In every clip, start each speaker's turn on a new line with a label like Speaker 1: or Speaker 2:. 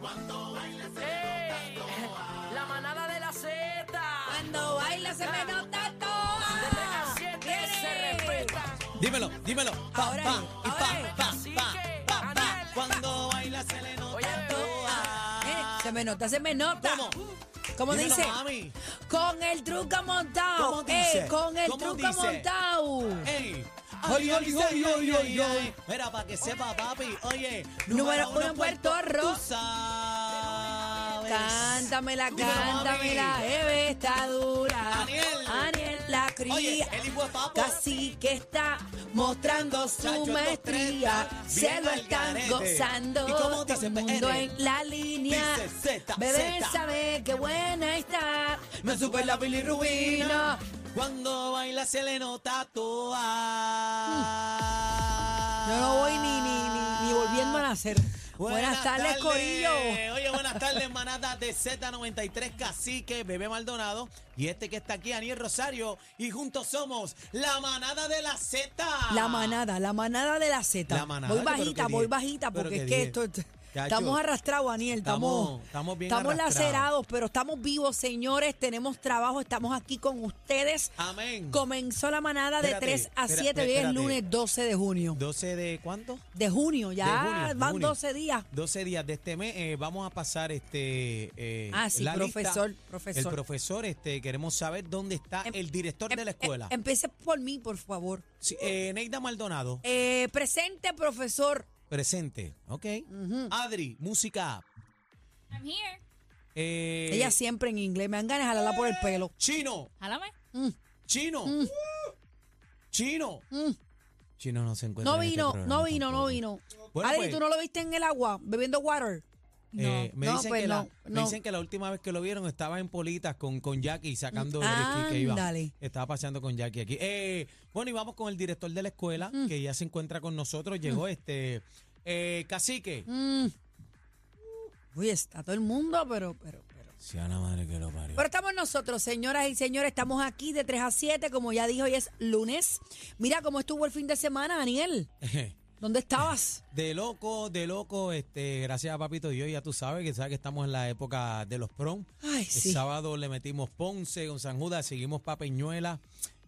Speaker 1: Cuando baila se
Speaker 2: ¡Ey!
Speaker 1: me nota toa.
Speaker 2: La manada de la Z.
Speaker 3: Cuando baila se me
Speaker 2: De 3
Speaker 3: nota
Speaker 2: a
Speaker 3: toa.
Speaker 2: 7
Speaker 3: Viene.
Speaker 2: se respeta.
Speaker 4: Dímelo, dímelo. Pa,
Speaker 3: Ahora
Speaker 4: pa,
Speaker 3: es,
Speaker 4: y
Speaker 3: ahora
Speaker 4: pa,
Speaker 3: es.
Speaker 4: pa, pa,
Speaker 2: Cacique,
Speaker 4: pa, pa.
Speaker 2: Anuel.
Speaker 4: Cuando baila se le nota
Speaker 2: Oye, bebé.
Speaker 4: toa.
Speaker 3: Eh, se me nota, se me nota.
Speaker 4: ¿Cómo?
Speaker 3: uh, ¿Cómo
Speaker 4: Dímelo,
Speaker 3: dice?
Speaker 4: mami.
Speaker 3: Con el truco montado.
Speaker 4: ¿Cómo dice?
Speaker 3: Eh, con el
Speaker 4: ¿Cómo
Speaker 3: truco
Speaker 4: dice?
Speaker 3: montado.
Speaker 4: ¡Ey!
Speaker 3: Ay, ay, ay, ay, ay, ay.
Speaker 4: Mira, para que sepa, papi. Oye,
Speaker 3: Número uno en Puerto Rico.
Speaker 4: Tú sabes.
Speaker 3: Cántamela,
Speaker 4: Pues, Dímelo, mami.
Speaker 3: cántamela, Eve está dura.
Speaker 4: Aniel.
Speaker 3: Aniel, la cría.
Speaker 4: Oye, el hijo de papo.
Speaker 3: Casi que está mostrando su
Speaker 4: Chacho, estos
Speaker 3: maestría.
Speaker 4: tres están
Speaker 3: Se
Speaker 4: viendo
Speaker 3: lo
Speaker 4: el
Speaker 3: están
Speaker 4: garete.
Speaker 3: gozando.
Speaker 4: ¿Y cómo
Speaker 3: Todo
Speaker 4: dice
Speaker 3: el mundo
Speaker 4: PR?
Speaker 3: en la línea.
Speaker 4: Dice Z,
Speaker 3: Bebé
Speaker 4: Z.
Speaker 3: sabe que buena está.
Speaker 4: Me sube la bilirrubina.
Speaker 3: Bilirrubina.
Speaker 4: Cuando baila se le nota toa.
Speaker 3: Yo no voy ni, ni, ni, ni volviendo a nacer. Buenas, tardes, Corillo.
Speaker 4: Oye, buenas tardes, manada de Z93 Cacique, Bebé Maldonado. Y este que está aquí, Aniel Rosario. Y juntos somos la manada de la Z.
Speaker 3: La manada, la manada de la Z.
Speaker 4: La manada,
Speaker 3: Voy
Speaker 4: pero ¿qué
Speaker 3: bajita,
Speaker 4: dije?
Speaker 3: voy bajita,
Speaker 4: ¿Pero
Speaker 3: porque
Speaker 4: qué
Speaker 3: es que
Speaker 4: dije?
Speaker 3: esto, esto-
Speaker 4: Chacho,
Speaker 3: estamos arrastrados, Daniel. Estamos,
Speaker 4: estamos- estamos bien arrastrados.
Speaker 3: lacerados, pero estamos vivos, señores. Tenemos trabajo, estamos aquí con ustedes.
Speaker 4: Amén.
Speaker 3: Comenzó la manada de
Speaker 4: Espérate,
Speaker 3: 3 a
Speaker 4: espera-
Speaker 3: 7, hoy es
Speaker 4: espérate.
Speaker 3: lunes 12 de junio.
Speaker 4: 12 de cuánto?
Speaker 3: De junio, ya
Speaker 4: De junio, de
Speaker 3: van
Speaker 4: junio.
Speaker 3: 12 días.
Speaker 4: 12 días de este mes eh, vamos a pasar este eh,
Speaker 3: Ah, sí,
Speaker 4: la
Speaker 3: profesor,
Speaker 4: lista.
Speaker 3: profesor.
Speaker 4: El profesor, este, queremos saber dónde está
Speaker 3: Em-
Speaker 4: el director de la
Speaker 3: Em-
Speaker 4: escuela.
Speaker 3: em- Empiece por mí, por favor.
Speaker 4: Sí, eh, Neida Maldonado,
Speaker 3: Eh, presente, profesor.
Speaker 4: presente, ¿ok? Adri, música.
Speaker 5: I'm here.
Speaker 4: Eh,
Speaker 3: Ella siempre en inglés. Me dan ganas de jalarla por el pelo.
Speaker 4: Chino,
Speaker 5: Jálame.
Speaker 3: Mm.
Speaker 4: chino, Uh. chino. Chino no se encuentra.
Speaker 3: Mm. No
Speaker 4: en este
Speaker 3: vino,
Speaker 4: programa
Speaker 3: no vino, no
Speaker 4: tampoco.
Speaker 3: vino.
Speaker 4: Bueno,
Speaker 3: Adri,
Speaker 4: pues,
Speaker 3: ¿tú no lo viste en el agua bebiendo water?
Speaker 4: eh, me,
Speaker 3: no,
Speaker 4: dicen
Speaker 3: pues
Speaker 4: que la,
Speaker 3: no,
Speaker 4: me
Speaker 3: no.
Speaker 4: dicen que la última vez que lo vieron estaba en Politas con, con Jackie sacando el esquí que iba.
Speaker 3: Ándale.
Speaker 4: Estaba paseando con Jackie aquí. Eh, bueno, y vamos con el director de la escuela,
Speaker 3: Mm.
Speaker 4: que ya se encuentra con nosotros. Llegó este eh, Cacique.
Speaker 3: Mm. Uy, está todo el mundo, pero, pero, pero.
Speaker 4: Sí, a la madre que lo parió.
Speaker 3: Pero estamos nosotros, señoras y señores, estamos aquí de 3 a 7, como ya dijo, hoy es lunes. Mira cómo estuvo el fin de semana, Daniel. ¿Dónde estabas?
Speaker 4: De loco, de loco, este, gracias a Papito Dios, ya tú sabes que sabes que estamos en la época de los prom.
Speaker 3: Ay,
Speaker 4: El
Speaker 3: sí.
Speaker 4: sábado le metimos Ponce con San Judas, seguimos pa' Peñuela.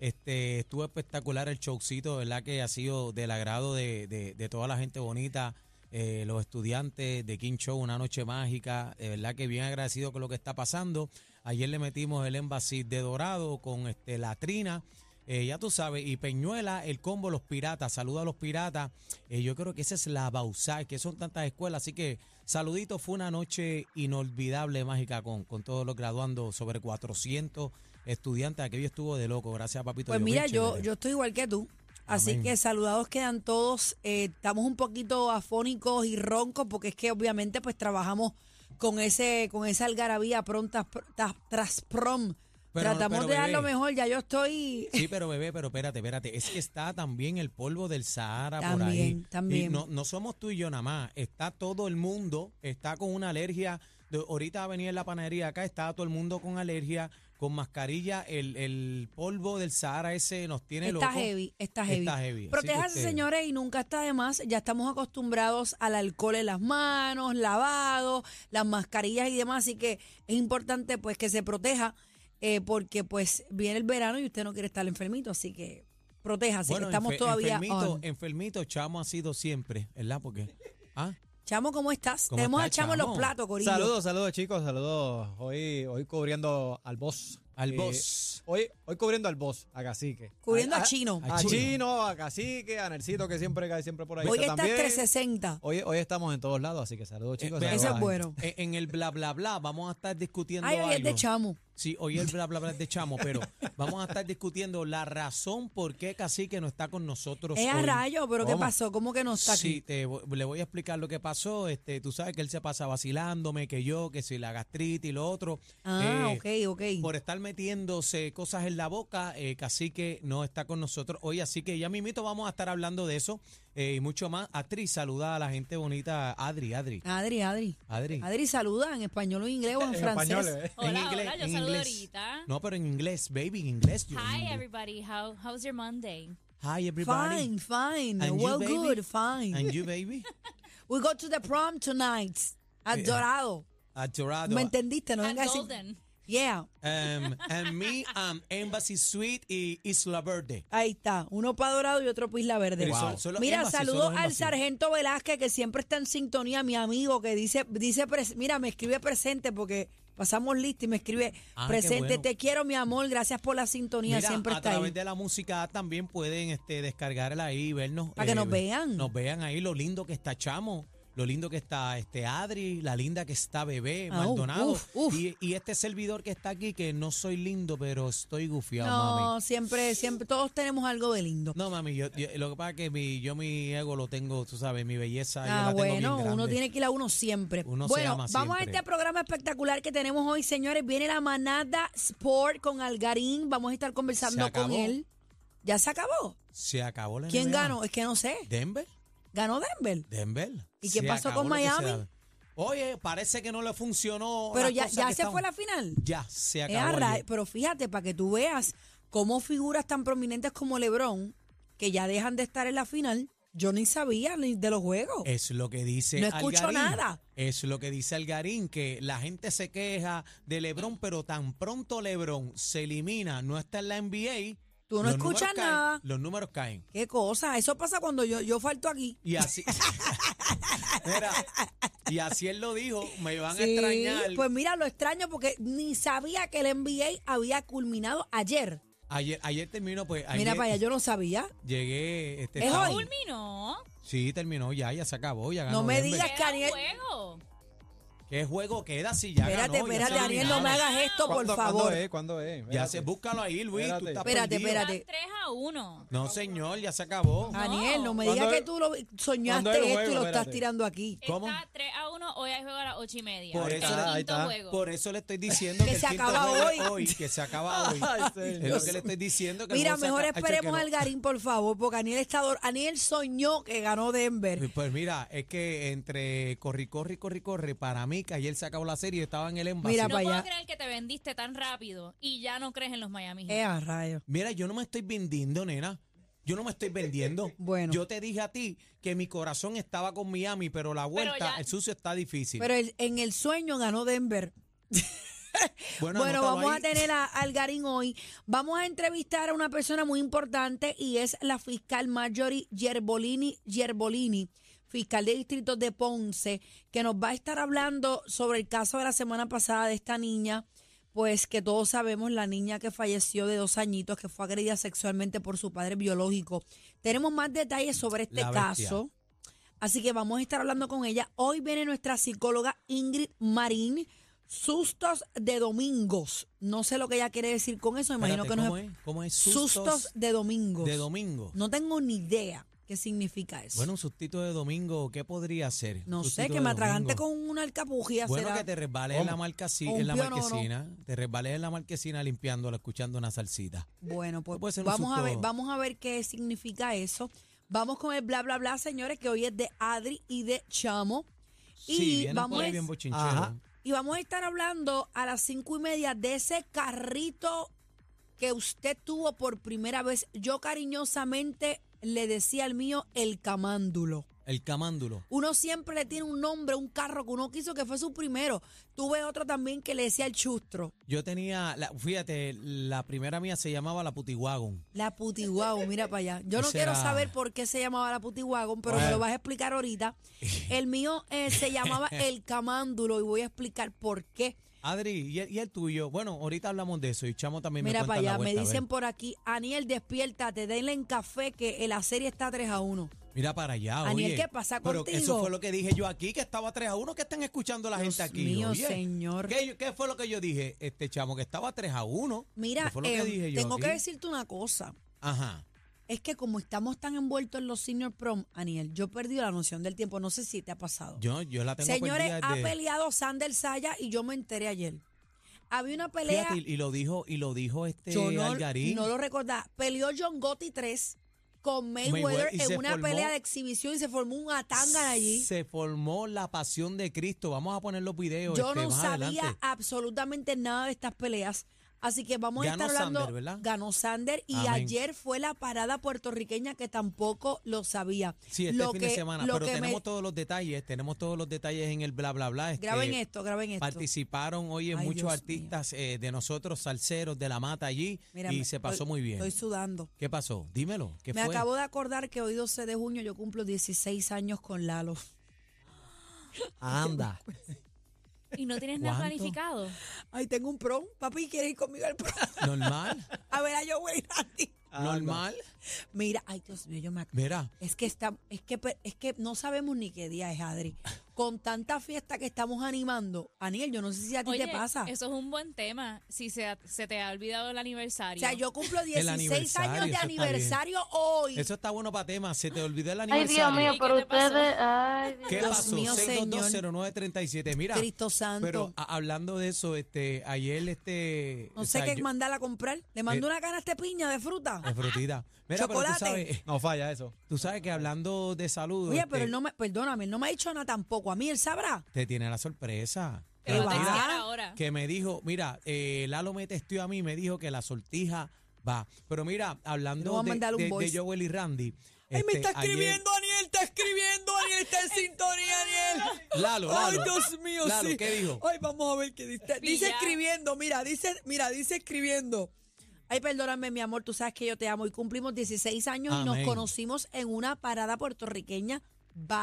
Speaker 4: Este, estuvo espectacular el showcito, de ¿verdad? Que ha sido del agrado de, de- de toda la gente bonita, eh, los estudiantes de King Show, una noche mágica. De verdad que bien agradecido con lo que está pasando. Ayer le metimos el Embassy de Dorado con este, la Trina. Eh, ya tú sabes, y Peñuela, el combo Los Piratas, saluda a los piratas. Eh, yo creo que esa es la Bausá, que son tantas escuelas. Así que, saludito, fue una noche inolvidable, mágica, con, con todos los graduandos, sobre 400 estudiantes. Aquello estuvo de loco, gracias a Papito.
Speaker 3: Pues
Speaker 4: Dios, eh.
Speaker 3: mira,
Speaker 4: bien
Speaker 3: yo,
Speaker 4: chévere.
Speaker 3: yo estoy igual que tú. Así
Speaker 4: Amén.
Speaker 3: que saludados quedan todos. Eh, estamos un poquito afónicos y roncos porque es que obviamente pues trabajamos con ese con esa algarabía pronta tras, tras prom.
Speaker 4: Pero no,
Speaker 3: Tratamos
Speaker 4: pero,
Speaker 3: de dar lo
Speaker 4: bebé.
Speaker 3: mejor, ya yo estoy...
Speaker 4: Sí, pero bebé, pero espérate, espérate. Es que está también el polvo del Sahara por ahí.
Speaker 3: También, también.
Speaker 4: Y no, no somos tú y yo nada más. Está todo el mundo, está con una alergia. De- ahorita va a venir la panadería acá, está todo el mundo con alergia, con mascarilla. El, el polvo del Sahara ese nos tiene
Speaker 3: Está
Speaker 4: loco.
Speaker 3: heavy, está heavy.
Speaker 4: Está heavy, así que
Speaker 3: Protéjase,
Speaker 4: usted-
Speaker 3: señores, y nunca está de más. Ya estamos acostumbrados al alcohol en las manos, lavado, las mascarillas y demás. Así que es importante pues que se proteja eh, porque pues viene el verano y usted no quiere estar enfermito. Así que protéjase, que estamos
Speaker 4: enfe-
Speaker 3: todavía
Speaker 4: enfermito, eh.
Speaker 3: on.
Speaker 4: enfermito, Chamo ha sido siempre, ¿verdad? Porque, ¿ah?
Speaker 3: Chamo, ¿cómo estás?
Speaker 4: ¿Cómo
Speaker 3: Tenemos
Speaker 4: estás,
Speaker 3: a Chamo en los
Speaker 4: Chamo?
Speaker 3: platos, Corillo.
Speaker 6: Saludos, saludos chicos, saludos. Hoy, hoy cubriendo al boss.
Speaker 4: Al
Speaker 6: Eh,
Speaker 4: boss.
Speaker 6: Hoy, hoy cubriendo al boss, a Cacique.
Speaker 3: Cubriendo a Chino.
Speaker 6: A,
Speaker 4: A Chino.
Speaker 6: Chino, a Cacique, a Nercito, que siempre cae siempre por ahí.
Speaker 3: Hoy
Speaker 6: está
Speaker 3: estás
Speaker 6: también.
Speaker 3: 360.
Speaker 6: Hoy, hoy estamos en todos lados, así que saludos chicos.
Speaker 4: Eh,
Speaker 6: saludos
Speaker 3: Eso
Speaker 6: a
Speaker 3: es
Speaker 6: la
Speaker 3: bueno.
Speaker 4: En, en el bla bla bla vamos a estar discutiendo
Speaker 3: Ay, este
Speaker 4: algo.
Speaker 3: hoy es de Chamo.
Speaker 4: Sí, hoy el bla bla bla es de chamo, pero vamos a estar discutiendo la razón por qué Cacique no está con nosotros.
Speaker 3: Es a
Speaker 4: hoy.
Speaker 3: rayo, pero ¿qué
Speaker 6: ¿Cómo?
Speaker 3: pasó? ¿Cómo que no está
Speaker 4: Sí,
Speaker 3: aquí?
Speaker 4: te vo- le voy a explicar lo que pasó. Este, tú sabes que él se pasa vacilándome, que yo, que si la gastritis y lo otro.
Speaker 3: Ah,
Speaker 4: Eh,
Speaker 3: ok, ok.
Speaker 4: Por estar metiéndose cosas en la boca, eh, Cacique no está con nosotros hoy, así que ya mimito vamos a estar hablando de eso eh, y mucho más. Atri, saluda a la gente bonita, Adri, Adri,
Speaker 3: Adri, Adri.
Speaker 4: Adri.
Speaker 3: Ah, Adri, saluda en español o en inglés o en,
Speaker 6: En
Speaker 3: francés.
Speaker 6: español, eh.
Speaker 5: Hola,
Speaker 4: en inglés,
Speaker 5: hola, yo
Speaker 4: en
Speaker 5: saludo
Speaker 4: inglés.
Speaker 5: ahorita.
Speaker 4: No, pero en inglés, baby, en inglés. yo en
Speaker 5: Hi
Speaker 4: inglés.
Speaker 5: everybody. How how's your Monday?
Speaker 4: Hi everybody.
Speaker 3: Fine, fine.
Speaker 4: And you,
Speaker 3: well,
Speaker 4: baby?
Speaker 3: good, fine.
Speaker 4: And you, baby.
Speaker 3: We go to the prom tonight. Adorado.
Speaker 4: Adorado.
Speaker 3: ¿Me entendiste? No
Speaker 5: And
Speaker 3: venga a decir.
Speaker 5: golden.
Speaker 3: Yeah.
Speaker 4: Um, and me, um, Embassy Suite y Isla Verde.
Speaker 3: Ahí está, uno para Dorado y otro para Isla Verde.
Speaker 4: Pero son- son los
Speaker 3: Mira,
Speaker 4: embassy, son
Speaker 3: saludo
Speaker 4: los
Speaker 3: al
Speaker 4: embassy.
Speaker 3: sargento Velázquez que siempre está en sintonía, mi amigo, que dice, dice pres- mira, me escribe presente porque pasamos lista y me escribe
Speaker 4: Ah, qué
Speaker 3: presente,
Speaker 4: bueno.
Speaker 3: te quiero, mi amor, gracias por la sintonía,
Speaker 4: Mira,
Speaker 3: siempre
Speaker 4: a
Speaker 3: está
Speaker 4: través
Speaker 3: ahí.
Speaker 4: de la música también pueden este, descargarla ahí y vernos. eh,
Speaker 3: Para que nos vean.
Speaker 4: Nos vean ahí lo lindo que está Chamo, lo lindo que está este Adri, la linda que está Bebé,
Speaker 3: Ah,
Speaker 4: Maldonado.
Speaker 3: uf, uf.
Speaker 4: Y, y este servidor que está aquí, que no soy lindo, pero estoy gufiado,
Speaker 3: No,
Speaker 4: mami.
Speaker 3: siempre, siempre, todos tenemos algo de lindo.
Speaker 4: No, mami, yo, yo- lo que pasa es que mi, yo mi ego lo tengo, tú sabes, mi belleza.
Speaker 3: Ah,
Speaker 4: yo la tengo bien
Speaker 3: bueno, uno
Speaker 4: grande.
Speaker 3: tiene que ir a uno siempre.
Speaker 4: Uno se
Speaker 3: bueno,
Speaker 4: ama
Speaker 3: vamos
Speaker 4: siempre.
Speaker 3: a este programa espectacular que tenemos hoy, señores. Viene la manada Sport con Algarín. Vamos a estar conversando con
Speaker 4: acabó.
Speaker 3: él. ¿Ya se acabó?
Speaker 4: Se acabó la
Speaker 3: ¿Quién
Speaker 4: NBA.
Speaker 3: ganó? Es que no sé.
Speaker 4: Denver.
Speaker 3: Ganó Denver.
Speaker 4: Denver.
Speaker 3: ¿Y qué
Speaker 4: Se
Speaker 3: pasó
Speaker 4: acabó
Speaker 3: con
Speaker 4: lo que se
Speaker 3: Miami?
Speaker 4: da. Oye, parece que no le funcionó.
Speaker 3: Pero
Speaker 4: las
Speaker 3: ya,
Speaker 4: cosas
Speaker 3: ya se
Speaker 4: que estaban-
Speaker 3: fue la final.
Speaker 4: Ya, se
Speaker 3: Eh,
Speaker 4: acabó.
Speaker 3: arra-
Speaker 4: ayer.
Speaker 3: pero fíjate, para que tú veas cómo figuras tan prominentes como LeBron, que ya dejan de estar en la final, yo ni sabía ni de los juegos.
Speaker 4: Es lo que dice
Speaker 3: No escucho
Speaker 4: Algarín.
Speaker 3: nada.
Speaker 4: Es lo que dice Algarín, que la gente se queja de Lebron, pero tan pronto Lebron se elimina, no está en la NBA.
Speaker 3: Tú no
Speaker 4: los números
Speaker 3: escuchas
Speaker 4: caen,
Speaker 3: nada.
Speaker 4: los números caen.
Speaker 3: Qué cosa. Eso pasa cuando yo, yo falto aquí.
Speaker 4: Y así. Mira, y así él lo dijo, me van a
Speaker 3: Sí,
Speaker 4: extrañar.
Speaker 3: Pues mira, lo extraño porque ni sabía que el NBA había culminado ayer.
Speaker 4: ayer, ayer terminó, pues.
Speaker 3: mira
Speaker 4: ayer
Speaker 3: para allá, yo no sabía.
Speaker 4: Llegué. Este,
Speaker 3: ¿Es
Speaker 4: estaba-
Speaker 3: hoy?
Speaker 5: Culminó.
Speaker 4: Sí, terminó ya, ya se acabó, ya ganó.
Speaker 3: No me
Speaker 4: Denver.
Speaker 3: digas que
Speaker 5: Queda un
Speaker 3: Aniel-
Speaker 5: juego.
Speaker 4: ¿Qué juego queda si ya
Speaker 3: espérate,
Speaker 4: ganó? ya
Speaker 3: espérate,
Speaker 4: se
Speaker 3: Daniel, no me
Speaker 4: eliminaron?
Speaker 3: hagas esto, por
Speaker 6: ¿Cuándo-
Speaker 3: favor.
Speaker 6: ¿Cuándo es? ¿Cuándo es?
Speaker 4: Ya
Speaker 6: Espérate.
Speaker 4: se, búscalo ahí, Luis, tú
Speaker 6: Espérate.
Speaker 4: estás
Speaker 3: Espérate,
Speaker 4: perdido.
Speaker 3: espérate.
Speaker 5: Están 3 a 1.
Speaker 4: No, señor, ya se acabó.
Speaker 3: Daniel, no me
Speaker 6: ¿Cuándo
Speaker 3: digas
Speaker 6: es-
Speaker 3: que tú lo soñaste
Speaker 6: cuándo es el
Speaker 3: esto y
Speaker 6: juego?
Speaker 3: lo estás
Speaker 6: Espérate.
Speaker 3: tirando aquí.
Speaker 4: ¿Cómo?
Speaker 5: Está 3 a 1. Hoy hay juego a las 8 y media. Este
Speaker 4: Por
Speaker 5: el
Speaker 4: eso- ahí
Speaker 5: quinto
Speaker 6: está.
Speaker 5: juego.
Speaker 4: Por eso le estoy diciendo
Speaker 3: Que
Speaker 4: que,
Speaker 3: se
Speaker 4: el quinto
Speaker 3: acaba
Speaker 4: juego es
Speaker 3: hoy.
Speaker 4: que se acaba hoy.
Speaker 6: Ay,
Speaker 4: es lo
Speaker 6: señor.
Speaker 4: que le estoy diciendo. Que
Speaker 3: Mira,
Speaker 4: no se
Speaker 3: mejor
Speaker 4: acaba- Ay,
Speaker 3: esperemos
Speaker 4: que
Speaker 3: al
Speaker 4: no.
Speaker 3: Garín, por favor, porque Aniel, está, dor- Aniel soñó que ganó Denver.
Speaker 4: Pues mira, es que entre corri, corri, corri, corre, para mí que ayer se acabó la serie, yo estaba en el envase.
Speaker 3: Mira,
Speaker 5: No
Speaker 3: pa'
Speaker 5: puedo
Speaker 3: allá.
Speaker 5: creer que te vendiste tan rápido y ya no crees en los Miami Heat.
Speaker 3: Eh, a rayos.
Speaker 4: Mira, yo no me estoy vendiendo, nena. Yo no me estoy vendiendo.
Speaker 3: Bueno.
Speaker 4: Yo te dije a ti que mi corazón estaba con Miami, pero la vuelta,
Speaker 5: ya-
Speaker 4: el sucio está difícil.
Speaker 3: Pero el- en el sueño ganó Denver. Bueno,
Speaker 4: anótalo
Speaker 3: vamos
Speaker 4: ahí.
Speaker 3: a tener a Algarín hoy. Vamos a entrevistar a una persona muy importante y es la fiscal Marjorie Gerbolini, Gerbolini fiscal de distrito de Ponce, que nos va a estar hablando sobre el caso de la semana pasada de esta niña. Pues que todos sabemos, la niña que falleció de dos añitos, que fue agredida sexualmente por su padre biológico. Tenemos más detalles sobre este
Speaker 4: La bestia.
Speaker 3: caso. Así que vamos a estar hablando con ella. Hoy viene nuestra psicóloga Ingrid Marín. Sustos de domingos. No sé lo que ella quiere decir con eso. me Imagino
Speaker 4: Espérate,
Speaker 3: que no
Speaker 4: ¿cómo
Speaker 3: es.
Speaker 4: es? ¿Cómo es?
Speaker 3: Sustos, de domingos.
Speaker 4: de domingo.
Speaker 3: No tengo ni idea qué significa eso.
Speaker 4: Bueno, un sustito de domingo, ¿qué podría ser?
Speaker 3: no sé,
Speaker 4: Sustito
Speaker 3: que
Speaker 4: de
Speaker 3: me atragante
Speaker 4: domingo.
Speaker 3: con una alcapujía.
Speaker 4: Bueno,
Speaker 3: será.
Speaker 4: que te resbales en la, marcasi-
Speaker 3: ¿O un
Speaker 4: en la
Speaker 3: pionono?
Speaker 4: marquesina, te resbales en la marquesina limpiándola, escuchando una salsita.
Speaker 3: Bueno, pues
Speaker 4: puede ser un
Speaker 3: vamos a
Speaker 4: susto.
Speaker 3: ver, vamos a ver qué significa eso. Vamos con el bla bla bla, señores, que hoy es de Adri y de Chamo.
Speaker 4: sí,
Speaker 3: Y
Speaker 4: viene
Speaker 3: vamos,
Speaker 4: por ahí
Speaker 3: a-
Speaker 4: bien bochinchero.
Speaker 6: Ajá.
Speaker 3: y vamos a estar hablando a las cinco y media de ese carrito que usted tuvo por primera vez. Yo cariñosamente le decía al mío el camándulo.
Speaker 4: El camándulo.
Speaker 3: Uno siempre le tiene un nombre, un carro que uno quiso que fue su primero. Tuve otro también que le decía el chustro,
Speaker 4: Yo tenía, la- fíjate, la primera mía se llamaba la Putiwagon.
Speaker 3: la putiguago, mira para allá. Yo no
Speaker 4: Ese
Speaker 3: quiero
Speaker 4: era-
Speaker 3: saber por qué se llamaba la putiguago, pero me
Speaker 4: Bueno.
Speaker 3: lo vas a explicar ahorita. El mío eh, se llamaba el camándulo y voy a explicar por qué.
Speaker 4: Adri, ¿y el, y el tuyo? Bueno, ahorita hablamos de eso y Chamo también
Speaker 3: Mira
Speaker 4: me cuenta
Speaker 3: para allá,
Speaker 4: la
Speaker 3: me
Speaker 4: vuelta, a ver.
Speaker 3: dicen por aquí, Aniel, despiértate, denle en café que la serie está 3 a 1.
Speaker 4: Mira para allá,
Speaker 3: Aniel,
Speaker 4: oye.
Speaker 3: ¿qué pasa
Speaker 4: Pero
Speaker 3: contigo?
Speaker 4: eso fue lo que dije yo aquí, que estaba 3 a 1, que están escuchando la
Speaker 3: Dios
Speaker 4: gente aquí.
Speaker 3: mío,
Speaker 4: oye.
Speaker 3: señor.
Speaker 4: ¿Qué, yo- qué fue lo que yo dije, este Chamo? Que estaba 3 a 1.
Speaker 3: Mira,
Speaker 4: fue lo que
Speaker 3: eh,
Speaker 4: dije yo
Speaker 3: tengo que
Speaker 4: aquí.
Speaker 3: decirte una cosa.
Speaker 4: Ajá.
Speaker 3: Es que como estamos tan envueltos en los senior prom, Aniel, yo he perdido la noción del tiempo. No sé si te ha pasado.
Speaker 4: Yo, yo la tengo
Speaker 3: Señores,
Speaker 4: perdida
Speaker 3: ha
Speaker 4: desde-
Speaker 3: peleado Sander Saya y yo me enteré ayer. Había una pelea,
Speaker 4: Fíjate, y y lo dijo, y lo dijo este
Speaker 3: yo no,
Speaker 4: Algarín.
Speaker 3: no lo recordaba. Peleó John Gotti 3 con Mayweather,
Speaker 4: Mayweather, y
Speaker 3: en
Speaker 4: se
Speaker 3: una
Speaker 4: formó-
Speaker 3: pelea de exhibición y se formó un atanga allí.
Speaker 4: Se formó la pasión de Cristo. Vamos a poner los videos.
Speaker 3: Yo
Speaker 4: este,
Speaker 3: no
Speaker 4: más
Speaker 3: sabía
Speaker 4: adelante.
Speaker 3: absolutamente nada de estas peleas. Así que vamos
Speaker 4: Ganó
Speaker 3: a estar hablando.
Speaker 4: Sander, ¿verdad?
Speaker 3: Ganó Sander y
Speaker 4: Amén.
Speaker 3: ayer fue la parada puertorriqueña que tampoco lo sabía.
Speaker 4: Sí, este
Speaker 3: Lo
Speaker 4: fin de
Speaker 3: que-
Speaker 4: semana.
Speaker 3: lo
Speaker 4: Pero
Speaker 3: que me-
Speaker 4: tenemos todos los detalles, tenemos todos los detalles en el bla, bla, bla. Este,
Speaker 3: Graben esto, graben esto.
Speaker 4: Participaron, oye,
Speaker 3: Ay,
Speaker 4: muchos
Speaker 3: Dios
Speaker 4: artistas eh, de nosotros, salseros de la mata allí,
Speaker 3: Mira,
Speaker 4: y
Speaker 3: me-
Speaker 4: se pasó
Speaker 3: estoy-
Speaker 4: muy bien.
Speaker 3: Estoy sudando.
Speaker 4: ¿Qué pasó? Dímelo, ¿qué
Speaker 3: Me
Speaker 4: fue?
Speaker 3: acabo de acordar que hoy 12 de junio yo cumplo 16 años con Lalo.
Speaker 4: Anda.
Speaker 3: Eh,
Speaker 5: Y no tienes nada
Speaker 4: ¿Cuánto?
Speaker 5: planificado.
Speaker 3: Ay, tengo un prom. Papi, ¿quieres ir conmigo al prom?
Speaker 4: Normal,
Speaker 3: A ver, a yo voy a ir a ti.
Speaker 4: normal.
Speaker 3: Mira, ay, Dios mío, yo me acabo.
Speaker 4: Mira,
Speaker 3: Es que, está, es, que, pe- es que no sabemos ni qué día es, Adri. Con tanta fiesta que estamos animando. Aniel, yo no sé si a ti
Speaker 5: Oye,
Speaker 3: te pasa.
Speaker 5: eso es un buen tema. Si se, ha- se te ha olvidado el
Speaker 3: O
Speaker 5: aniversario.
Speaker 3: sea, yo cumplo 16 años
Speaker 4: aniversario,
Speaker 3: de
Speaker 4: eso está bien.
Speaker 3: aniversario hoy.
Speaker 4: eso está bueno para temas. Se te olvidó el
Speaker 1: Ay, Dios
Speaker 4: aniversario.
Speaker 1: mío,
Speaker 5: ¿Y qué
Speaker 1: por
Speaker 5: te pasó?
Speaker 1: ustedes. Ay, Dios
Speaker 4: ¿Qué
Speaker 3: Dios
Speaker 4: pasó?
Speaker 3: mío,
Speaker 4: 6220937. Mira,
Speaker 3: Cristo Santo.
Speaker 4: pero a- hablando de eso, este, ayer este
Speaker 3: no
Speaker 4: o
Speaker 3: sé
Speaker 4: sea,
Speaker 3: qué
Speaker 4: yo-
Speaker 3: mandar a comprar. Le mando
Speaker 4: Eh,
Speaker 3: una canasta de piña de fruta.
Speaker 4: de frutita. Mira, pero
Speaker 3: Chocolate.
Speaker 4: tú sabes,
Speaker 6: No falla eso.
Speaker 4: tú sabes que hablando de salud,
Speaker 3: Oye,
Speaker 4: este,
Speaker 3: pero él no me, perdóname, él no me ha dicho nada tampoco. A mí él sabrá.
Speaker 4: te tiene la sorpresa.
Speaker 5: Te lo
Speaker 3: Mira,
Speaker 5: textearon
Speaker 3: va.
Speaker 5: ahora.
Speaker 4: que me dijo, mira, eh, Lalo me testió a mí, me dijo que la sortija va. Pero mira,
Speaker 3: voy
Speaker 4: hablando
Speaker 3: a
Speaker 4: de,
Speaker 3: mandar un
Speaker 4: de- de
Speaker 3: voice.
Speaker 4: Joel y Randy.
Speaker 3: Ay, me
Speaker 4: este,
Speaker 3: está
Speaker 4: ayer-
Speaker 3: escribiendo Aniel, está escribiendo Aniel, está en sintonía Aniel.
Speaker 4: Lalo,
Speaker 3: Ay,
Speaker 4: Lalo.
Speaker 3: Dios mío,
Speaker 4: Lalo,
Speaker 3: sí.
Speaker 4: ¿qué dijo?
Speaker 3: Ay, vamos a ver qué dice. Dice
Speaker 5: Villa.
Speaker 3: escribiendo, mira, dice, mira, dice escribiendo. Ay, perdóname, mi amor, tú sabes que yo te amo y cumplimos 16 años y
Speaker 4: Amén.
Speaker 3: nos conocimos en una parada puertorriqueña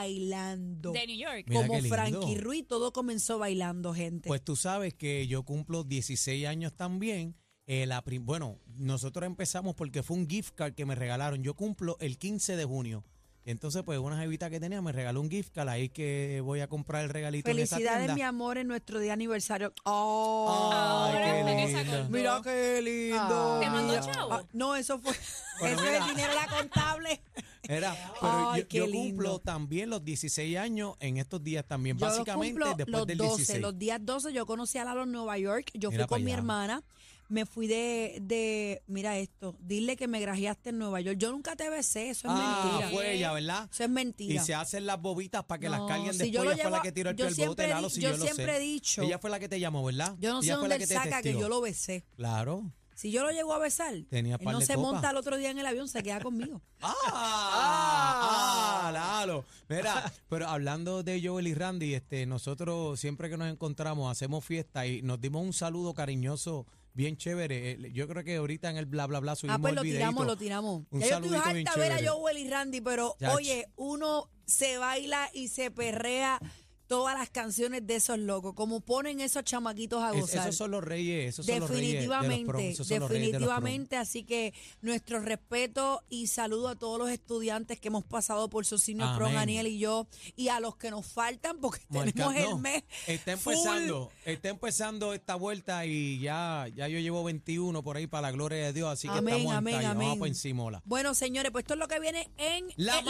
Speaker 3: bailando.
Speaker 5: de New York.
Speaker 4: Mira
Speaker 3: Como
Speaker 4: qué lindo.
Speaker 3: Frankie Ruiz, todo comenzó bailando, gente.
Speaker 4: Pues tú sabes que yo cumplo 16 años también. Eh, la prim- bueno, nosotros empezamos porque fue un gift card que me regalaron. Yo cumplo el 15 de junio. Entonces, pues una jevita que tenía me regaló un gift card. Ahí que voy a comprar el regalito en esa
Speaker 3: Felicidades,
Speaker 4: tienda.
Speaker 3: mi amor, en nuestro día aniversario. Oh.
Speaker 4: Ay,
Speaker 5: Ahora
Speaker 4: qué
Speaker 5: fue que se
Speaker 4: lindo.
Speaker 5: acordó.
Speaker 3: Mira qué lindo.
Speaker 5: ¿Te mandó
Speaker 3: Mira.
Speaker 5: chavo?
Speaker 3: Ah, no, eso fue.
Speaker 4: Bueno,
Speaker 3: eso
Speaker 4: mira.
Speaker 3: es dinero de la contable.
Speaker 4: Era, pero
Speaker 3: Ay,
Speaker 4: yo,
Speaker 3: qué
Speaker 4: yo
Speaker 3: lindo.
Speaker 4: cumplo también los 16 años en estos días también,
Speaker 3: Yo
Speaker 4: básicamente
Speaker 3: cumplo
Speaker 4: después
Speaker 3: los
Speaker 4: del
Speaker 3: 12,
Speaker 4: 16.
Speaker 3: los días 12 yo conocí a Lalo en Nueva York, yo
Speaker 4: Mira
Speaker 3: fui con
Speaker 4: pa'
Speaker 3: mi
Speaker 4: allá.
Speaker 3: hermana, me fui de, de, mira esto, dile que me grajeaste en Nueva York, yo nunca te besé, eso es
Speaker 4: ah,
Speaker 3: mentira,
Speaker 4: fue ella, ¿verdad?
Speaker 3: eso es mentira.
Speaker 4: Y se hacen las bobitas para que las
Speaker 3: No,
Speaker 4: carguen
Speaker 3: si
Speaker 4: después.
Speaker 3: yo lo
Speaker 4: ella fue
Speaker 3: llevo a-
Speaker 4: la que tiró el
Speaker 3: yo
Speaker 4: pie al bote,
Speaker 3: siempre he
Speaker 4: Lalo,
Speaker 3: di-
Speaker 4: si
Speaker 3: yo
Speaker 4: yo, lo
Speaker 3: siempre
Speaker 4: sé.
Speaker 3: he dicho-
Speaker 4: Ella fue la que te llamó, ¿verdad?
Speaker 3: yo no sé
Speaker 4: Ella
Speaker 3: dónde
Speaker 4: fue la
Speaker 3: él
Speaker 4: que te
Speaker 3: saca que
Speaker 4: testió.
Speaker 3: yo lo besé,
Speaker 4: Claro.
Speaker 3: si yo lo llego a besar,
Speaker 4: Tenía
Speaker 3: él
Speaker 4: par
Speaker 3: no
Speaker 4: de
Speaker 3: se
Speaker 4: copas.
Speaker 3: monta el otro día en el avión, se queda conmigo.
Speaker 4: ¡Ah! ¡Ah! Lalo. Mira, pero hablando de Joel y Randy, este, nosotros siempre que nos encontramos hacemos fiesta y nos dimos un saludo cariñoso bien chévere. Eh, Yo creo que ahorita en el bla bla bla subimos
Speaker 3: ah, pues
Speaker 4: el
Speaker 3: lo tiramos,
Speaker 4: videíto.
Speaker 3: lo tiramos.
Speaker 4: Un
Speaker 3: Ya yo estoy
Speaker 4: saludito bien
Speaker 3: harta ver a
Speaker 4: chévere.
Speaker 3: Joel y Randy, pero
Speaker 4: Yach.
Speaker 3: oye, uno se baila y se perrea todas las canciones de esos locos, como ponen esos chamaquitos a
Speaker 4: Es-
Speaker 3: gozar.
Speaker 4: esos son los reyes, esos son los reyes de los prom,
Speaker 3: Definitivamente,
Speaker 4: esos son los reyes de los prom.
Speaker 3: definitivamente, así que nuestro respeto y saludo a todos los estudiantes que hemos pasado por su signo
Speaker 4: Amén.
Speaker 3: pro, Daniel y yo, y a los que nos faltan porque
Speaker 4: Marca-
Speaker 3: tenemos el
Speaker 4: no,
Speaker 3: mes
Speaker 4: Está
Speaker 3: full.
Speaker 4: empezando, está empezando esta vuelta y ya, ya yo llevo 21 por ahí para la gloria de Dios, así que
Speaker 3: Amén,
Speaker 4: estamos en
Speaker 3: amén,
Speaker 4: talla, vamos
Speaker 3: amén.
Speaker 4: por encimola.
Speaker 3: Bueno, señores, pues esto es lo que viene en en Ah.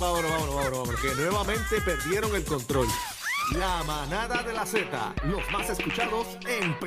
Speaker 7: Vámonos, vámonos, vámonos, vámonos, que nuevamente perdieron el control. La manada de la Z, los más escuchados en